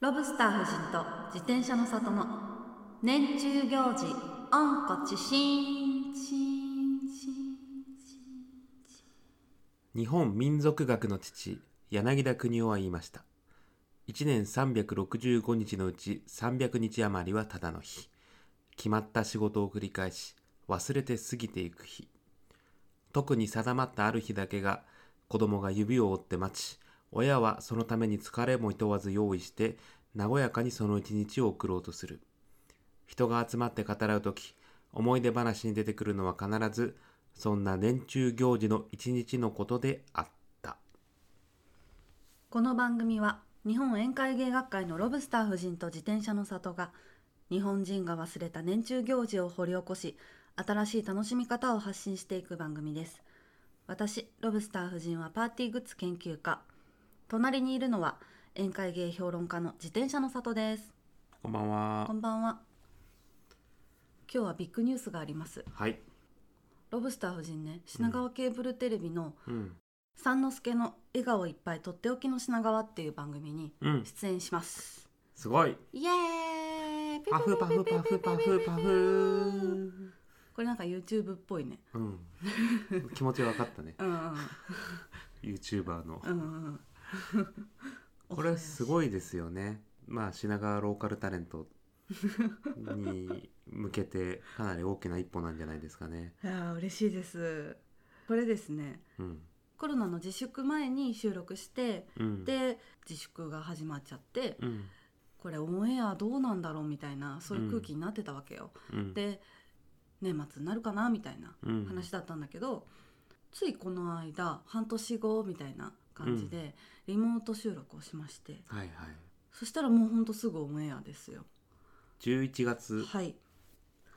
ロブスター夫人と自転車の里の年中行事温故知新新新日本民族学の父柳田国夫は言いました1年365日のうち300日余りはただの日決まった仕事を繰り返し忘れて過ぎていく日特に定まったある日だけが子供が指を折って待ち親はそのために疲れもいとわず用意して和やかにその一日を送ろうとする人が集まって語らう時思い出話に出てくるのは必ずそんな年中行事の一日のことであったこの番組は日本宴会芸学会のロブスター夫人と自転車の里が日本人が忘れた年中行事を掘り起こし新しい楽しみ方を発信していく番組です私ロブスター夫人はパーティーグッズ研究家隣にいるのは宴会芸評論家の自転車の里ですこんばんこはんばんは今日はビッグニュースがありますはいロブスター夫人ね品川ケーブルテレビのうん三之助の笑顔いっぱいとっておきの品川っていう番組にうん出演します、すごいイエーイパフパフパフパフパフこれなんか YouTube っぽいねうん気持ち分かったねうんうんユーチューバーのうんうんうんこれすごいですよねまあ品川ローカルタレントに向けてかなり大きな一歩なんじゃないですかねいやー嬉しいですこれですねうんコロナの自粛前に収録してうんで自粛が始まっちゃってうんこれオンエアどうなんだろうみたいなそういう空気になってたわけよ、うんで年末になるかなみたいなうん話だったんだけど、ついこの間半年後みたいな感じでリモート収録をしまして、はいはいそしたらもうほんとすぐオンエアですよ11月はい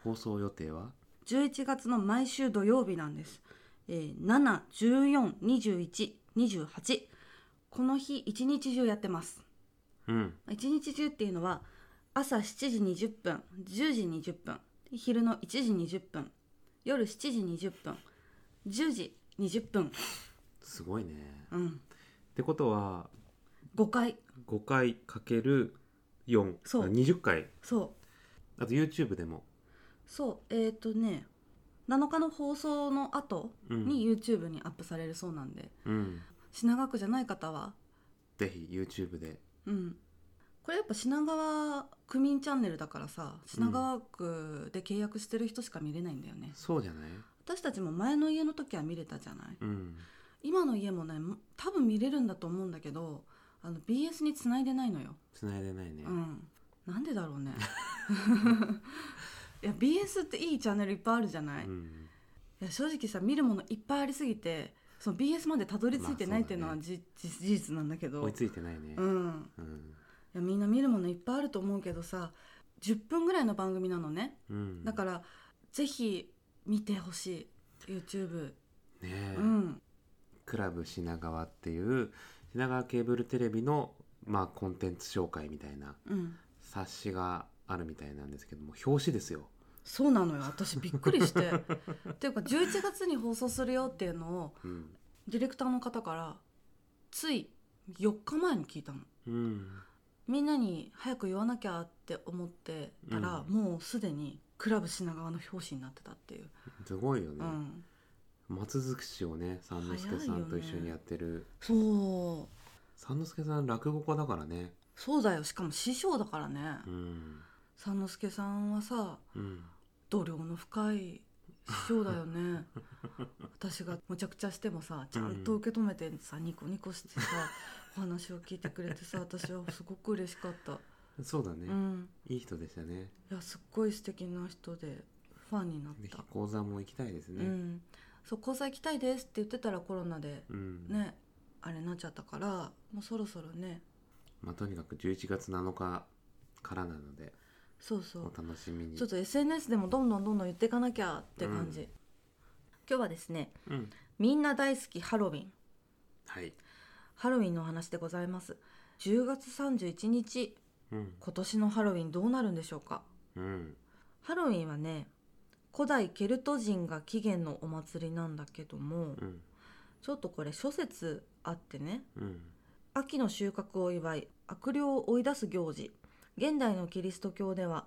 放送予定は11月の毎週土曜日なんです、えー、7142128この日一日中やってますうん一日中っていうのは朝7時20分10時20分昼の1時20分夜7時20分10時20分すごいねうんってことは5回5回かける4そう20回そうあと YouTube でもそうえっ、とね7日の放送の後うんに YouTube にアップされるそうなんで、うん品川区じゃない方はぜひ YouTube でうんこれやっぱ品川区民チャンネルだからさ品川区で契約してる人しか見れないんだよね、そうじゃない私たちも前の家の時は見れたじゃないうん今の家もね多分見れるんだと思うんだけどあの BS に繋いでないのよ、繋いでないねうんなんでだろう ねいや BS っていいチャンネルいっぱいあるじゃない、うんいや正直さ見るものいっぱいありすぎてその BS までたどり着いてないっていうのはまあじ、じ事実なんだけど追いついてないねうん、うんいやみんな見るものいっぱいあると思うけどさ10分ぐらいの番組なのねうんだから、ぜひ見てほしい YouTube ねえうんクラブ品川っていう品川ケーブルテレビのまあコンテンツ紹介みたいなうん冊子があるみたいなんですけども表紙ですよそうなのよ私びっくりしてっていうか11月に放送するよっていうのをうん、ディレクターの方からつい4日前に聞いたのうん、みんなに早く言わなきゃって思ってたら、うもうすでにクラブ品川の表紙になってたっていう、すごいよね、うん、松尽くしをね三之助さんと一緒にやってる、そう三之助さん落語家だからねそうだよしかも師匠だからね、うん三之助さんはさうん度量の深い師匠だよね 私がむちゃくちゃしてもさちゃんと受け止めてさ、ニコニコしてさお話を聞いてくれてさ私はすごく嬉しかった、そうだね、うんいい人でしたねいやすっごい素敵な人でファンになっぜひた講座も行きたいですうねん、そう交際行きたいですって言ってたらコロナでうん、ねあれになっちゃったからもうそろそろねまあ、とにかく11月7日からなのでそうそおう楽しみにちょっと SNS でもどんどんどんどん言っていかなきゃって感じ、うん今日はですねうんみんな大好きハロウィンはい、ハロウィンのお話でございます10月31日うん今年のハロウィンどうなるんでしょうかうん、ハロウィンはね古代ケルト人が起源のお祭りなんだけどもうんちょっとこれ諸説あってねうん秋の収穫を祝い悪霊を追い出す行事現代のキリスト教では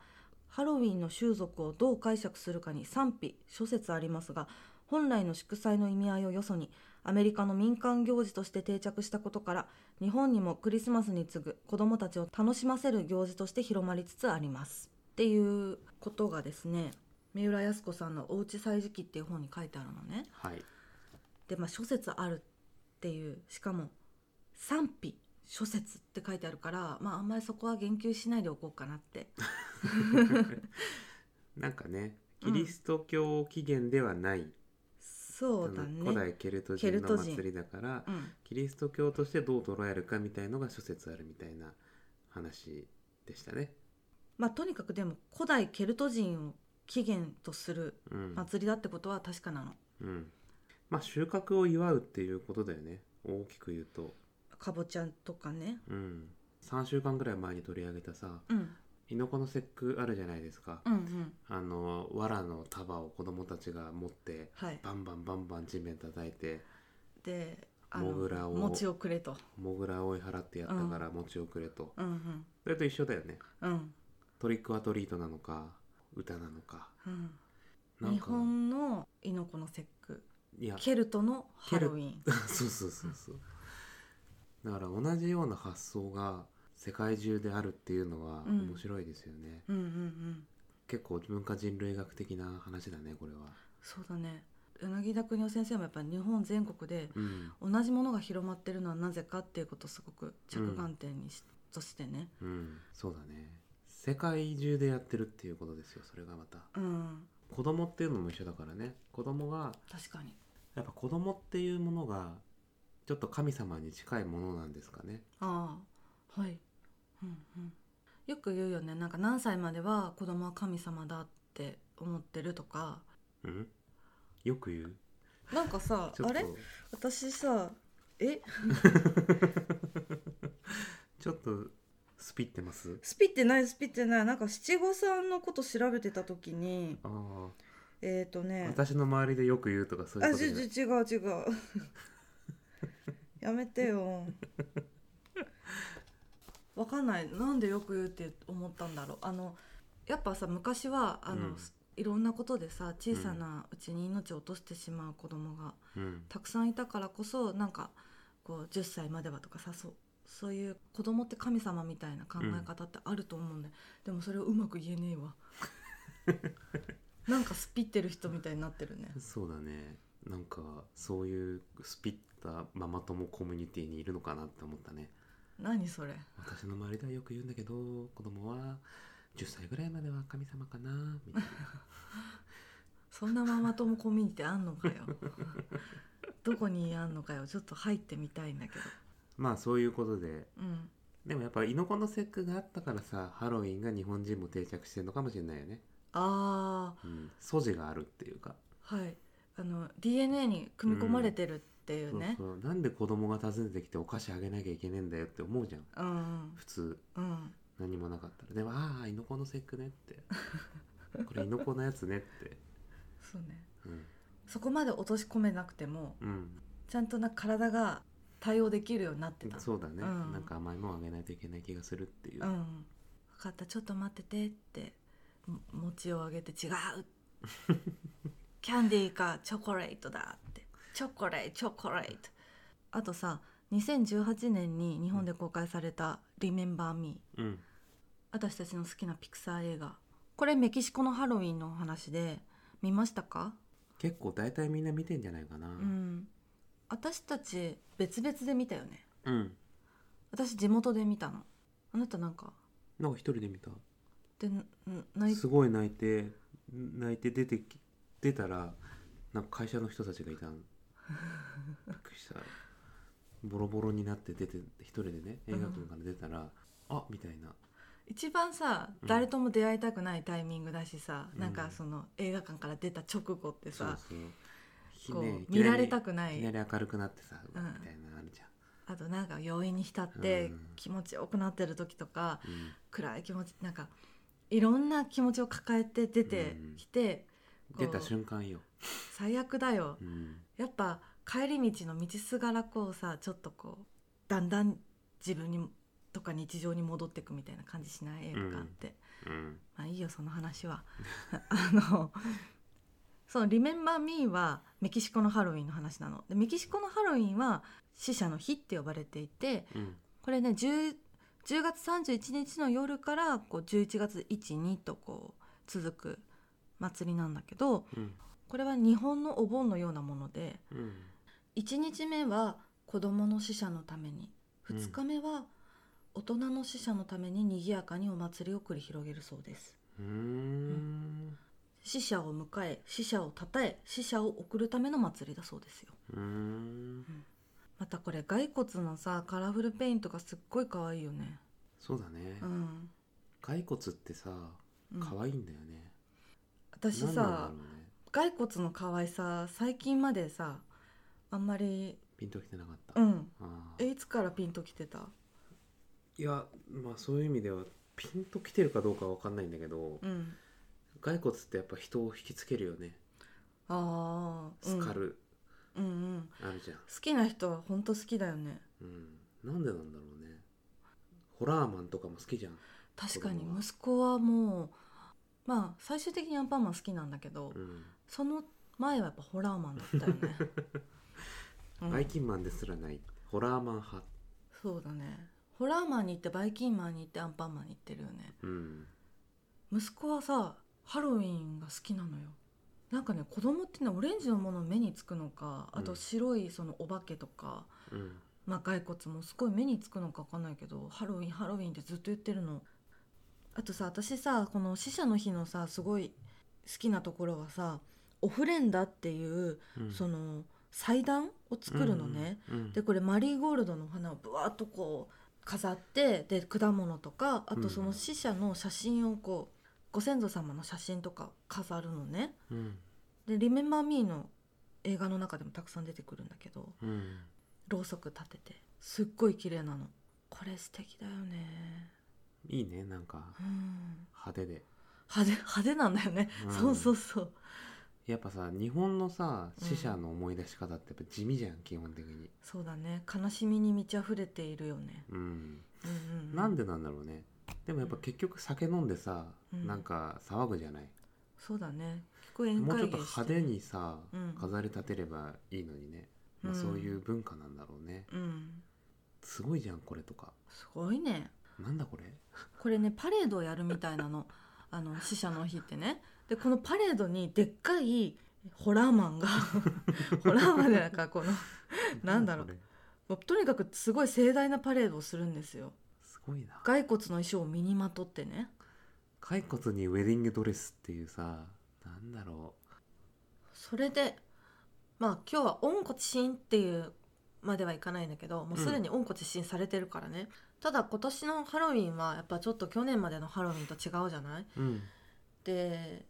ハロウィンの習俗をどう解釈するかに賛否諸説ありますが本来の祝祭の意味合いをよそにアメリカの民間行事として定着したことから日本にもクリスマスに次ぐ子どもたちを楽しませる行事として広まりつつありますっていうことがですね三浦靖子さんの「おうち歳時記」っていう本に書いてあるのね。はいでまあ諸説あるっていうしかも賛否諸説って書いてあるからまああんまりそこは言及しないでおこうかなってなんかねうキんリスト教起源ではない、そうだあねの古代ケルト人ケルトの人祭りだからうん、キリスト教としてどう捉えるかみたいのが諸説あるみたいな話でしたね。まあとにかくでも古代ケルト人を起源とするうん、祭りだってことは確かなのうん、まあ収穫を祝うっていうことだよね大きく言うと、かぼちゃとかねうん、3週間ぐらい前に取り上げたさうん亥の子の節句あるじゃないですか、うんうんあの藁の束を子供たちが持ってはいバンバンバンバン地面叩いてであモグラのを餅をくれとモグラを追い払ってやったから餅をくれと、うんそれと一緒だよねうんうんトリックアトリートなのか歌なのかうんなんか日本の亥の子の節句いやケルトのハロウィンそうそうそうそうだから同じような発想が世界中であるっていうのはうん面白いですよね、うんうんうん結構文化人類学的な話だねこれはそうだね柳田邦夫先生もやっぱり日本全国でうん同じものが広まってるのはなぜかっていうことをすごく着眼点にし、としてね、うんそうだね世界中でやってるっていうことですよそれがまたうん、子供っていうのも一緒だからね子供が確かにやっぱ子供っていうものがちょっと神様に近いものなんですかねああはい、うんうん、よく言うよねなんか何歳までは子供は神様だって思ってるとかうんよく言うなんかさちょあっとれ私さえちょっとスピってますスピってないスピってないなんか七五三のこと調べてた時にああえっ、とね私の周りでよく言うとかそういうあ、ことちじゃょないちょ違う違う やめてよわかんないなんでよく言うって思ったんだろうあのやっぱさ昔はあの、うんいろんなことでさ小さなうちに命を落としてしまう子供がうんたくさんいたからこそなんかこう10歳まではとかさそうそういう子供って神様みたいな考え方ってあると思うんで、でもそれをうまく言えねえ わなんかスピってる人みたいになってるねそうだねなんかそういうスピったママ友コミュニティにいるのかなって思ったね何それ私の周りではよく言うんだけど子供は10歳ぐらいまでは神様かな みたいなそんなママ友コミュニティあんの かよどこにあんのかよちょっと入ってみたいんだけどまあそういうことでうんでもやっぱ猪子の節句があったからさハロウィンが日本人も定着してるのかもしれないよね、あうん、素地があるっていうか、あはいあの DNA に組み込まれてるっていうねそうそうなんで子供が訪ねてきてお菓子あげなきゃいけねえんだよって思うじゃんうん普通うん何もなかったらでもああ猪子の節句ねって これ猪子のやつねってそうねうん、そこまで落とし込めなくてもうん、ちゃんとな体が対応できるようになってたそうだね、うんなんか甘いもんあげないといけない気がするっていう、うん分かったちょっと待っててっても餅をあげて違 うキャンディーかチョコレートだってチョコレートチョコレートあとさ2018年に日本で公開された「Remember Me うん」私たちの好きなピクサー映画これメキシコのハロウィンのお話で見ましたか結構大体みんな見てんじゃないかなううん、私たち別々で見たよねうん私地元で見たのあなたなんかなんか一人で見たでな泣いすごい泣いて泣いて出てき出たらなんか会社の人たちがいたのびっくりしたボロボロになって出て一人でね映画館から出たら、あみたいな一番さうん誰とも出会いたくないタイミングだしさ、うんなんかその映画館から出た直後ってそうさ、そうひこうねいきな見りられたくないいきなり明るくなってさ、うわうんみたいなあるじあとなんか容易に浸ってうん気持ちよくなってる時とか、ゃん、うん暗い気持ちなんかいろんな気持ちを抱えて出てきて、こう出た瞬間よ、最悪だよ、うん、やっぱ帰り道の道すがらこうさちょっとこうだんだん自分にとか日常に戻ってくみたいな感じしない映画があって、うんまあいいよその話は あのその「リメンバー・ミー」はメキシコのハロウィンの話なのでメキシコのハロウィンは死者の日って呼ばれていてうんこれね 10, 10月31日の夜からこう11月12とこう続く祭りなんだけどうんこれは日本のお盆のようなものでうん1日目は子どもの死者のためにうん2日目は大人の死者のために賑やかにお祭りを繰り広げるそうですうーん死者を迎え死者を称え死者を送るための祭りだそうですようーんまたこれ骸骨のさカラフルペイントがすっごい可愛いよねそうだねうん、骸骨ってさうん可愛いんだよね私何なんださろうね骸骨の可愛さ最近までさあんまりピンときてなかったうんあーえいつからピンときてたいやまあそういう意味ではピンときてるかどうかは分かんないんだけどうん骸骨ってやっぱ人を引きつけるよねああスカ、ルうん、うんうんあるじゃん好きな人は本当好きだよねうんなんでなんだろうねホラーマンとかも好きじゃん確かに子供は息子はもうまあ最終的にアンパンマン好きなんだけど、うんその前はやっぱホラーマンだったよね、うん バイキンマンですらないホラーマン派そうだねホラーマンに行ってバイキンマンに行ってアンパンマンに行ってるよねうん息子はさハロウィンが好きなのよなんかね子供ってねオレンジのもの目につくのかあうとん白いそのお化けとか、うんまあ骸骨もすごい目につくのかわかんないけどハロウィンハロウィンってずっと言ってるのあとさ私さこの死者の日のさすごい好きなところはさオフレンダっていう、うんその祭壇を作るのね、うんうんでこれマリーゴールドの花をぶわっとこう飾ってで果物とかあとその死者の写真をこうご先祖様の写真とか飾るのねうんで「リメンバー・ミー」の映画の中でもたくさん出てくるんだけどうんろうそく立ててすっごい綺麗なのこれ素敵だよねいいねなんかうん派手で派手派手なんだよね、うんそうそうそうやっぱさ日本のさ死者の思い出し方ってやっぱ地味じゃん、基本的にそうだね悲しみに満ち溢れているよねうんうんうん、うん、なんでなんだろうねでもやっぱ結局酒飲んでさ、うんなんか騒ぐじゃない、そうだね結構宴もうち会ょっと芸派して手るにさ、うん飾り立てればいいのにね、まあ、うんそういう文化なんだろうね、うんすごいじゃんこれとかすごいねなんだこれこれねパレードをやるみたいなの あの死者の日ってねでこのパレードにでっかいホラーマンが ホラーマンじゃないかこの なんだろうこれもうとにかくすごい盛大なパレードをするんですよすごいな骸骨の衣装を身にまとってね骸骨にウェディングドレスっていうさなんだろそれでまあ今日は「温故知新」っていうまではいかないんだけどもうすでに温故知新されてるからね、ただ今年のハロウィンはやっぱちょっと去年までのハロウィンと違うじゃないううんで、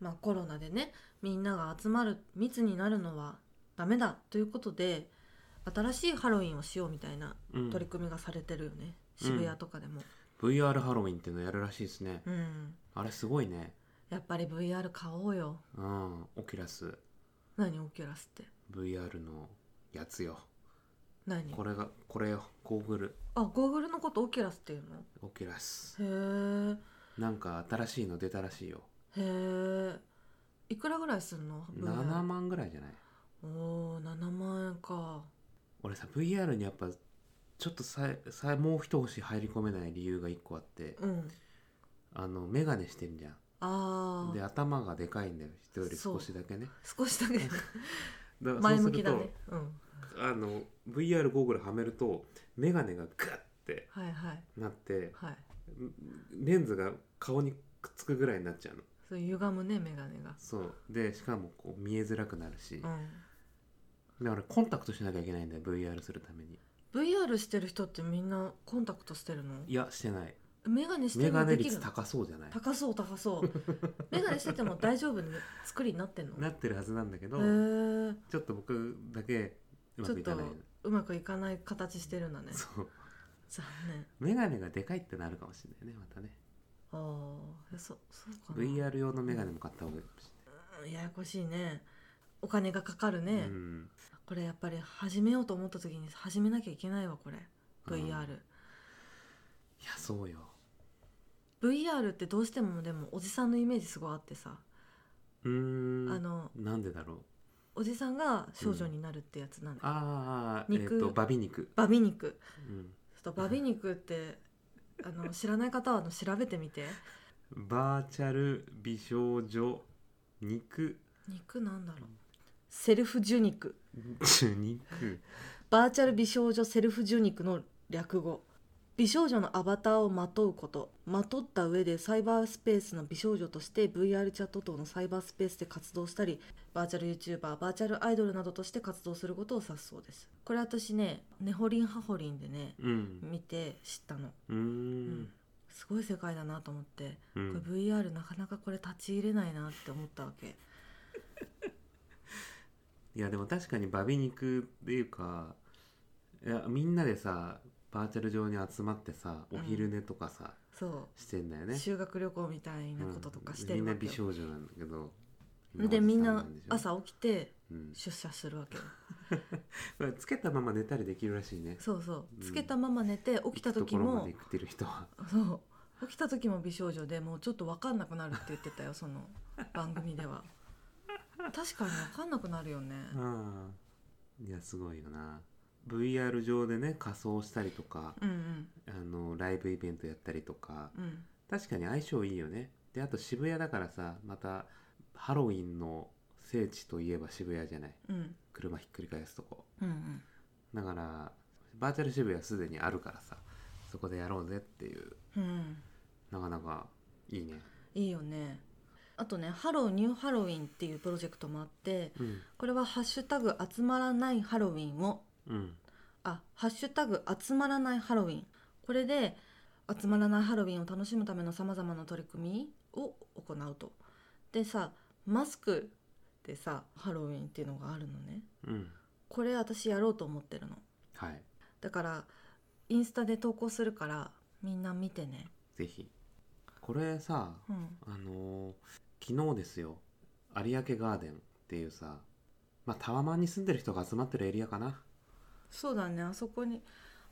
まあ、コロナでねみんなが集まる密になるのはダメだということで新しいハロウィンをしようみたいなうん取り組みがされてるよね、うん渋谷とかでも、 VR ハロウィンっていうのやるらしいですね、うんあれすごいねやっぱり VR 買おうようんオキュラス何オキュラスって VR のやつよ何これがこれよゴーグルあゴーグルのことオキュラスっていうオキュラスのへなんか新しいの出たらしいよえへえいくらぐらいするの VR 7万ぐらいじゃないおー7万円か俺さ VR にやっぱちょっとささもう一押し入り込めない理由が一個あってうんあの眼鏡してんじゃんあであ頭がでかいんだよ人よりそ少うしだけね少 しだけだから前そう向すきるだとねうんあの VR ゴーグルはめると眼鏡がグッてはいはいなってはいレンズが顔にくっつくぐらいになっちゃうのそう歪むね眼鏡がそうでしかもこう見えづらくなるし、うだからコンタクトしなきゃいけないんだよ VR するためにん VR してる人ってみんなコンタクトしてるのいやしてない眼鏡してメるガのネでき率るの高そうじゃない高そう高そう 眼鏡してても大丈夫に作りになってんのなってるはずなんだけど、へーちょっと僕だけうまくいかないちょっうまくいかない形してるんだねそう残念メガネがでかいってなるかもしれないねまたねああーそそうかな VR 用のメガネも買った方がいいかもしうんややこしいねお金がかかるねれ、ない、うんこれやっぱり始めようと思った時に始めなきゃいけないわこれうん VR、いやそうよ VR ってどうしてもでもおじさんのイメージすごいあってさ、うーんあのなんでだろうおじさんが少女になるってやつなんだ、ああえっ、肉とバビ肉、バビ肉うちょっとバビ肉ってあの知らない方はあの調べてみてん、バーチャル美少女肉 肉なんだろうセルフ受肉肉バーチャル美少女セルフ受肉の略語美少女のアバターをまとうことまとった上でサイバースペースの美少女として VR チャット等のサイバースペースで活動したりバーチャル YouTuber バーチャルアイドルなどとして活動することを指すそうですこれ私ねねほりんはほりんでねうん見て知ったの、うーんすごい世界だなと思ってうこれん VR なかなかこれ立ち入れないなって思ったわけいやでも確かにバビ肉っていうかいやみんなでさバーチャル上に集まってさお昼寝とかさ、そしてんだよう、ね修学旅行みたいなこととかしてうんるみんわなけ美よ、少女なんだけどでみん今おなじさんでしょ朝起きてうん出社するわけよこれつけたまま寝たりできるらしいねそうそううんつけたまま寝て起きた時行くところまもで生きてる人はそう起きた時も美少女でもうちょっと分かんなくなるって言ってたよその番組では確かに分かんなくなるよねああいやすごいよな VR 上でね仮装したりとかうんうんあのライブイベントやったりとかうん確かに相性いいよねであと渋谷だからさまたハロウィンの聖地といえば渋谷じゃないうん車ひっくり返すとこうんうんだからバーチャル渋谷はすでにあるからさそこでやろうぜっていううんなかなかいいねいいよねあとね「ハローニューハロウィン」っていうプロジェクトもあってうんこれは「ハッシュタグ集まらないハロウィンを」うんあハッシュタグ集まらないハロウィンこれで集まらないハロウィンを楽しむためのさまざまな取り組みを行うとでさマスクでさハロウィンっていうのがあるのねうんこれ私やろうと思ってるのはいだからインスタで投稿するからみんな見てねぜひこれさうんあのー昨日ですよ有明ガーデンっていうさまあタワマンに住んでる人が集まってるエリアかなそうだねあそこに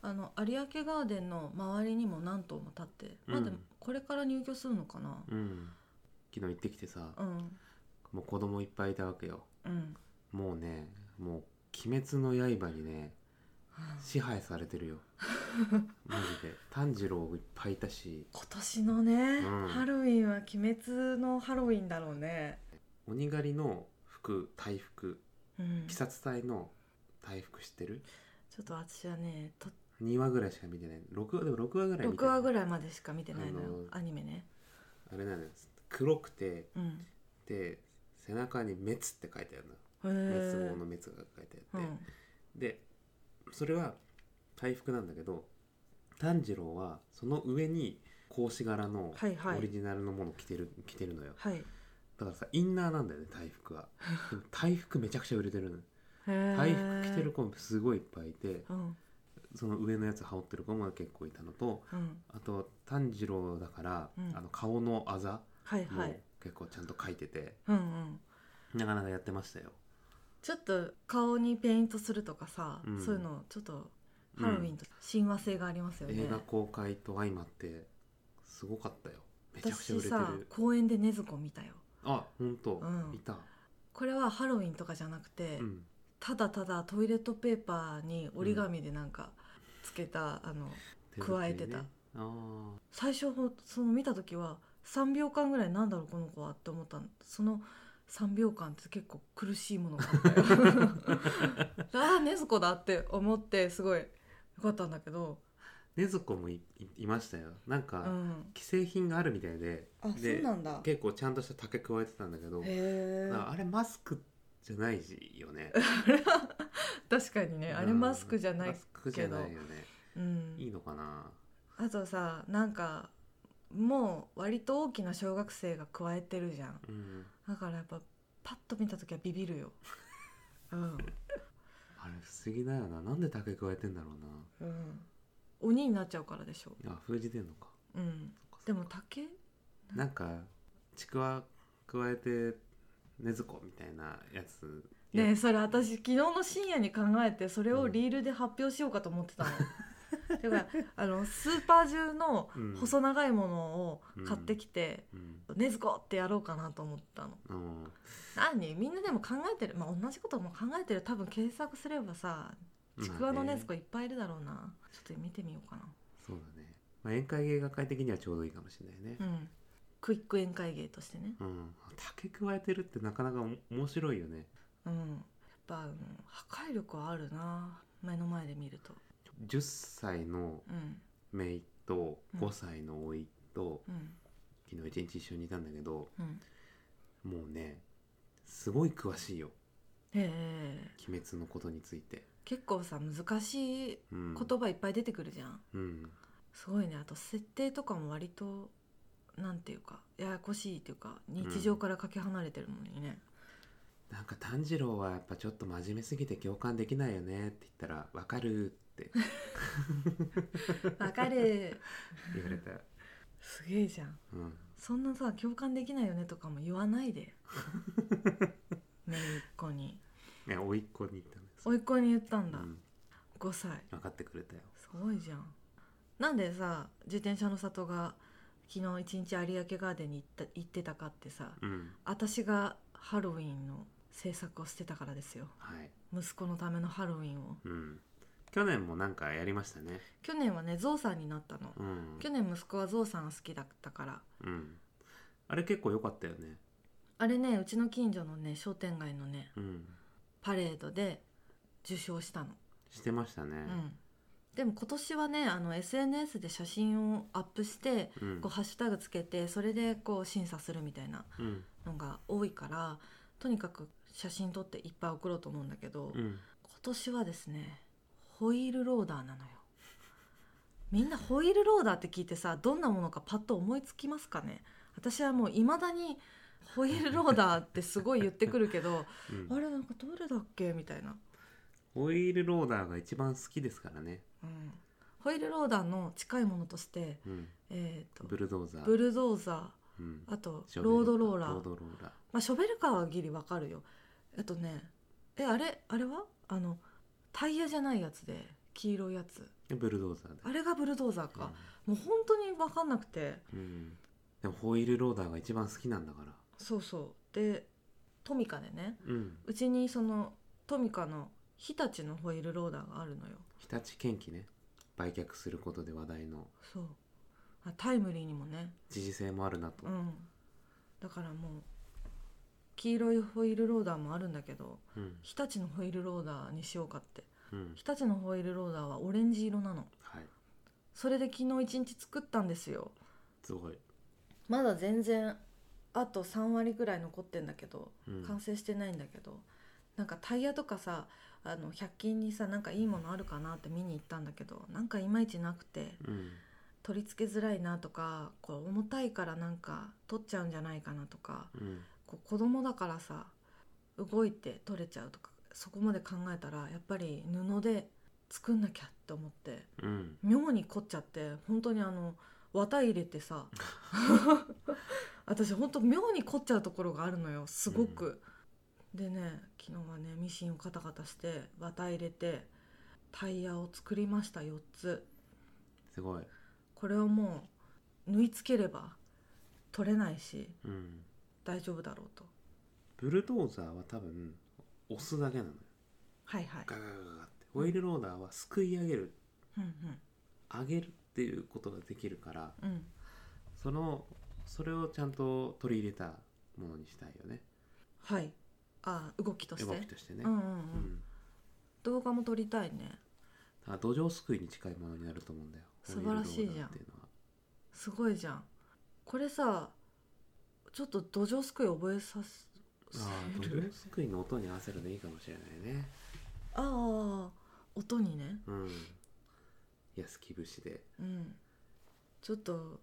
あの有明ガーデンの周りにも何棟も建ってまあうんでもこれから入居するのかなうん昨日行ってきてさうんもう子供いっぱいいたわけようん、もうねもう鬼滅の刃にね支配されて るよマジで炭治郎いっぱいいたし今年のね、んハロウィンは鬼滅のハロウィンだろうね。鬼狩りの服大服うん鬼ちょ殺隊の大服知ってるっと私はね、と2話ぐらいしか見てない6話でも6話ぐらい見て六ない話ぐらいまでしか見てないのよあ、のーアニメね。あれなんです黒くてうん。で背中に「滅」って書いてあるのへえ。滅亡の滅が書いてあうって、ん。でそれは大服なんだけど炭治郎はその上に格子柄のはいはいオリジナルのものを着てる,、着てるのよはい。へだからさインナーなんだよね大 服はでも大服めちゃくちゃ売れてるのえ。大服着てる。子もすごいいっぱいいてうん。その上のやつ羽織ってる子も結構いたのとうん。あと炭治郎だから、うんあの顔のあざはいはもい。結構ちゃんと描いてて、うんうん。なかなかやってましたよちょっと顔にペイントするとかさ、うんそういうのちょっとハロウィンと親和性がありますよね。映画公開と相まってすごかったよめちゃくち私ゃ売れてさる公園で禰豆子見たよ。あ本当、うんいた、これはハロウィンとかじゃなくて。うん、ただただトイレットペーパーに折り紙でなんかつけた、あの加えてた手作りね最初ほその見た時は3秒間ぐらいなんだろうこの子はって思ったのその3秒間って結構苦しいものがあ ったよああ禰豆子だって思ってすごいよかったんだけど、あー禰豆子もいいいましたよなんか、うん、既製品があるみたいであそでうなんだへ結構ちゃんとした竹加えてたんだけどえああれマスクじゃないよね 確かにねあれマスクじゃなうんいマ、スクじゃないよねうん、いいのかなあとさなんかもう割と大きな小学生が加えてるじゃんうんだからやっぱパッと見た時はビビる よ。うん、あれ不思議だよななんで竹加えてんだろううん、鬼になっちゃうからでしょ。なあ封じてんのかうん、そっかでも竹なんかちくわ加えてねずこみたいなやつ ねえそれ私昨日の深夜に考えてそれをリールで発表しようかと思ってたの。ていうかあのスーパー中のうん細長いものを買ってきて、うんねずこってやろうかなと思ったの。うん何みんなでも考えてる、まあ、同じことも考えてる多分検索すればさちくわのねずこいっぱいいるだろうなちょっと見てみようかなそうだね、まあ、宴会芸学会的にはちょうどいいかもしれないねうんクイック宴会芸としてねうん、竹加えてるってなかなかお面白いよねうんやっぱ、うん、破壊力はあるな目の前で見ると10歳のうん姪とうん5歳の甥いと、うん昨日一日一緒にいたんだけどうんもうねすごい詳しいよええ鬼滅のことについて、結構さ難しいうん、言葉いっぱい出てくるじゃん、うんすごいねあと設定とかも割となんていうかややこしいというか日常からかけ離れてるもんね、なんか炭治郎はやっぱちょっと真面目すぎて共感できないよねって言ったら「わかる」ってわかる言われた、すげえじゃんうん、そんなさ共感できないよねとかも言わないで姪っ子にね甥っ子に言ったんです甥っ子に言ったんだ、うん5歳分かってくれたよすごいじゃんなんでさ自転車の里が昨日一日有明ガーデンに行った行ってたかってさうん私がハロウィンの制作をしてたからですよはい息子のためのハロウィンをうん去年もなんかやりましたね去年はねゾウさんになったの、うん去年息子はゾウさんが好きだったからうんあれ結構良かったよねあれねうちの近所のね商店街のねうんパレードで受賞したのしてましたねうんでも今年はねあの SNS で写真をアップしてうんこうハッシュタグつけてそれでこう審査するみたいなうんのが多いからとにかく写真撮っていっぱい送ろうと思うんだけど、う今ん年はですねホイールローダーなのよみんなホイールローダーって聞いてさどんなものかパッと思いつきますかね私はもういまだにホイールローダーってすごい言ってくるけ どうんあれなんかどれだっけみたいな、ホイールローダーが一番好きですからねうん、ホイールローダーの近いものとして、うんえー、とブルドーザーブルドーザうんーあとショベロードローラローードローラーまあ、ショベルカーはギリわかるよえっとねえあれあれはあのタイヤじゃないやつで黄色いやつでブルドーザーであれがブルドーザーか、もう本当に分かんなくてうんうんでもホイールローダーが一番好きなんだからそうそうでトミカでねうんうちにそのトミカの日立のホイールローダーがあるのよ日立建機ね売却することで話題のそうあタイムリーにもね時事性もあるなとうんだからもう黄色いホイールローダーもあるんだけどうん日立のホイールローダーにしようかってうん日立のホイールローダーはオレンジ色なのはいそれで昨日一日作ったんですよすごいまだ全然あと3割ぐらい残ってんだけどうん完成してないんだけど、なんかタイヤとかさあの100均にさなんかいいものあるかなって見に行ったんだけどなんかいまいちなくてうん取り付けづらいなとかこう重たいからなんか取っちゃうんじゃないかなとかうんこう子供だからさ動いて取れちゃうとかそこまで考えたらやっぱり布で作んなきゃって思ってうん妙に凝っちゃって本当にあの綿入れてさ私本当妙に凝っちゃうところがあるのよすごく、でね昨日はねミシンをカタカタして綿入れてタイヤを作りました4つすごいこれをもう縫い付ければ取れないしうん大丈夫だろうとブルドーザーは多分押すだけなのよはいはいガガガガガってホイールローダーはすくい上げるうん上げるっていうことができるからうんうんそのそれをちゃんと取り入れたものにしたいよねはいあ動きとして動きとしてねうんうんううん、ん動画も撮りたいねだから土壌すくいに近いものになると思うんだよ素晴らしいじゃんホイールローダーっていうのはすごいじゃんこれさちょっと土壌すくい覚えさすああせ 土る壌すくいの音に合わせるのいいかもしれないねああ音にねうん安木節でうんちょっと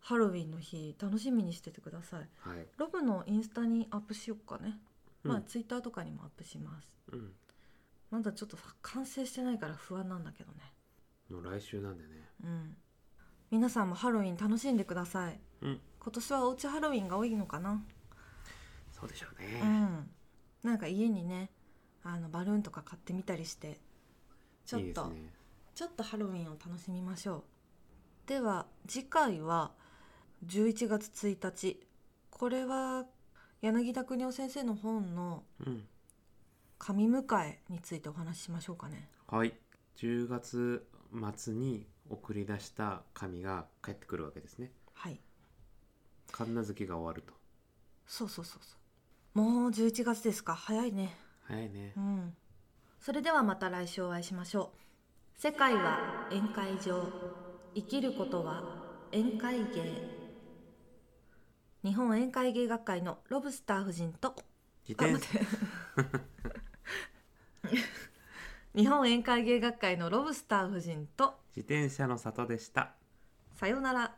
ハロウィンの日楽しみにしててくださいはい、ロブのインスタにアップしよっかね、まうあんツイッターとかにもアップしますうんまだちょっとさ完成してないから不安なんだけどねもう来週なんでねうん皆さんもハロウィン楽しんでくださいうん今年はおうちハロウィンが多いのかなそうでしょうね、うん、なんか家にねあのバルーンとか買ってみたりしてちょっといいですねちょっとハロウィンを楽しみましょうでは次回は11月1日これは柳田邦夫先生の本のうん「神迎え」についてお話ししましょうかねはい10月末に送り出した神が帰ってくるわけですねはい神奈月が終わるとそうそうそうそうもう11月ですか早いね早いねうんそれではまた来週お会いしましょう世界は宴会場生きることは宴会芸日本宴会芸学会のロブスター夫人と自あ転待って日本宴会芸学会のロブスター夫人と自転車の里でしたさようなら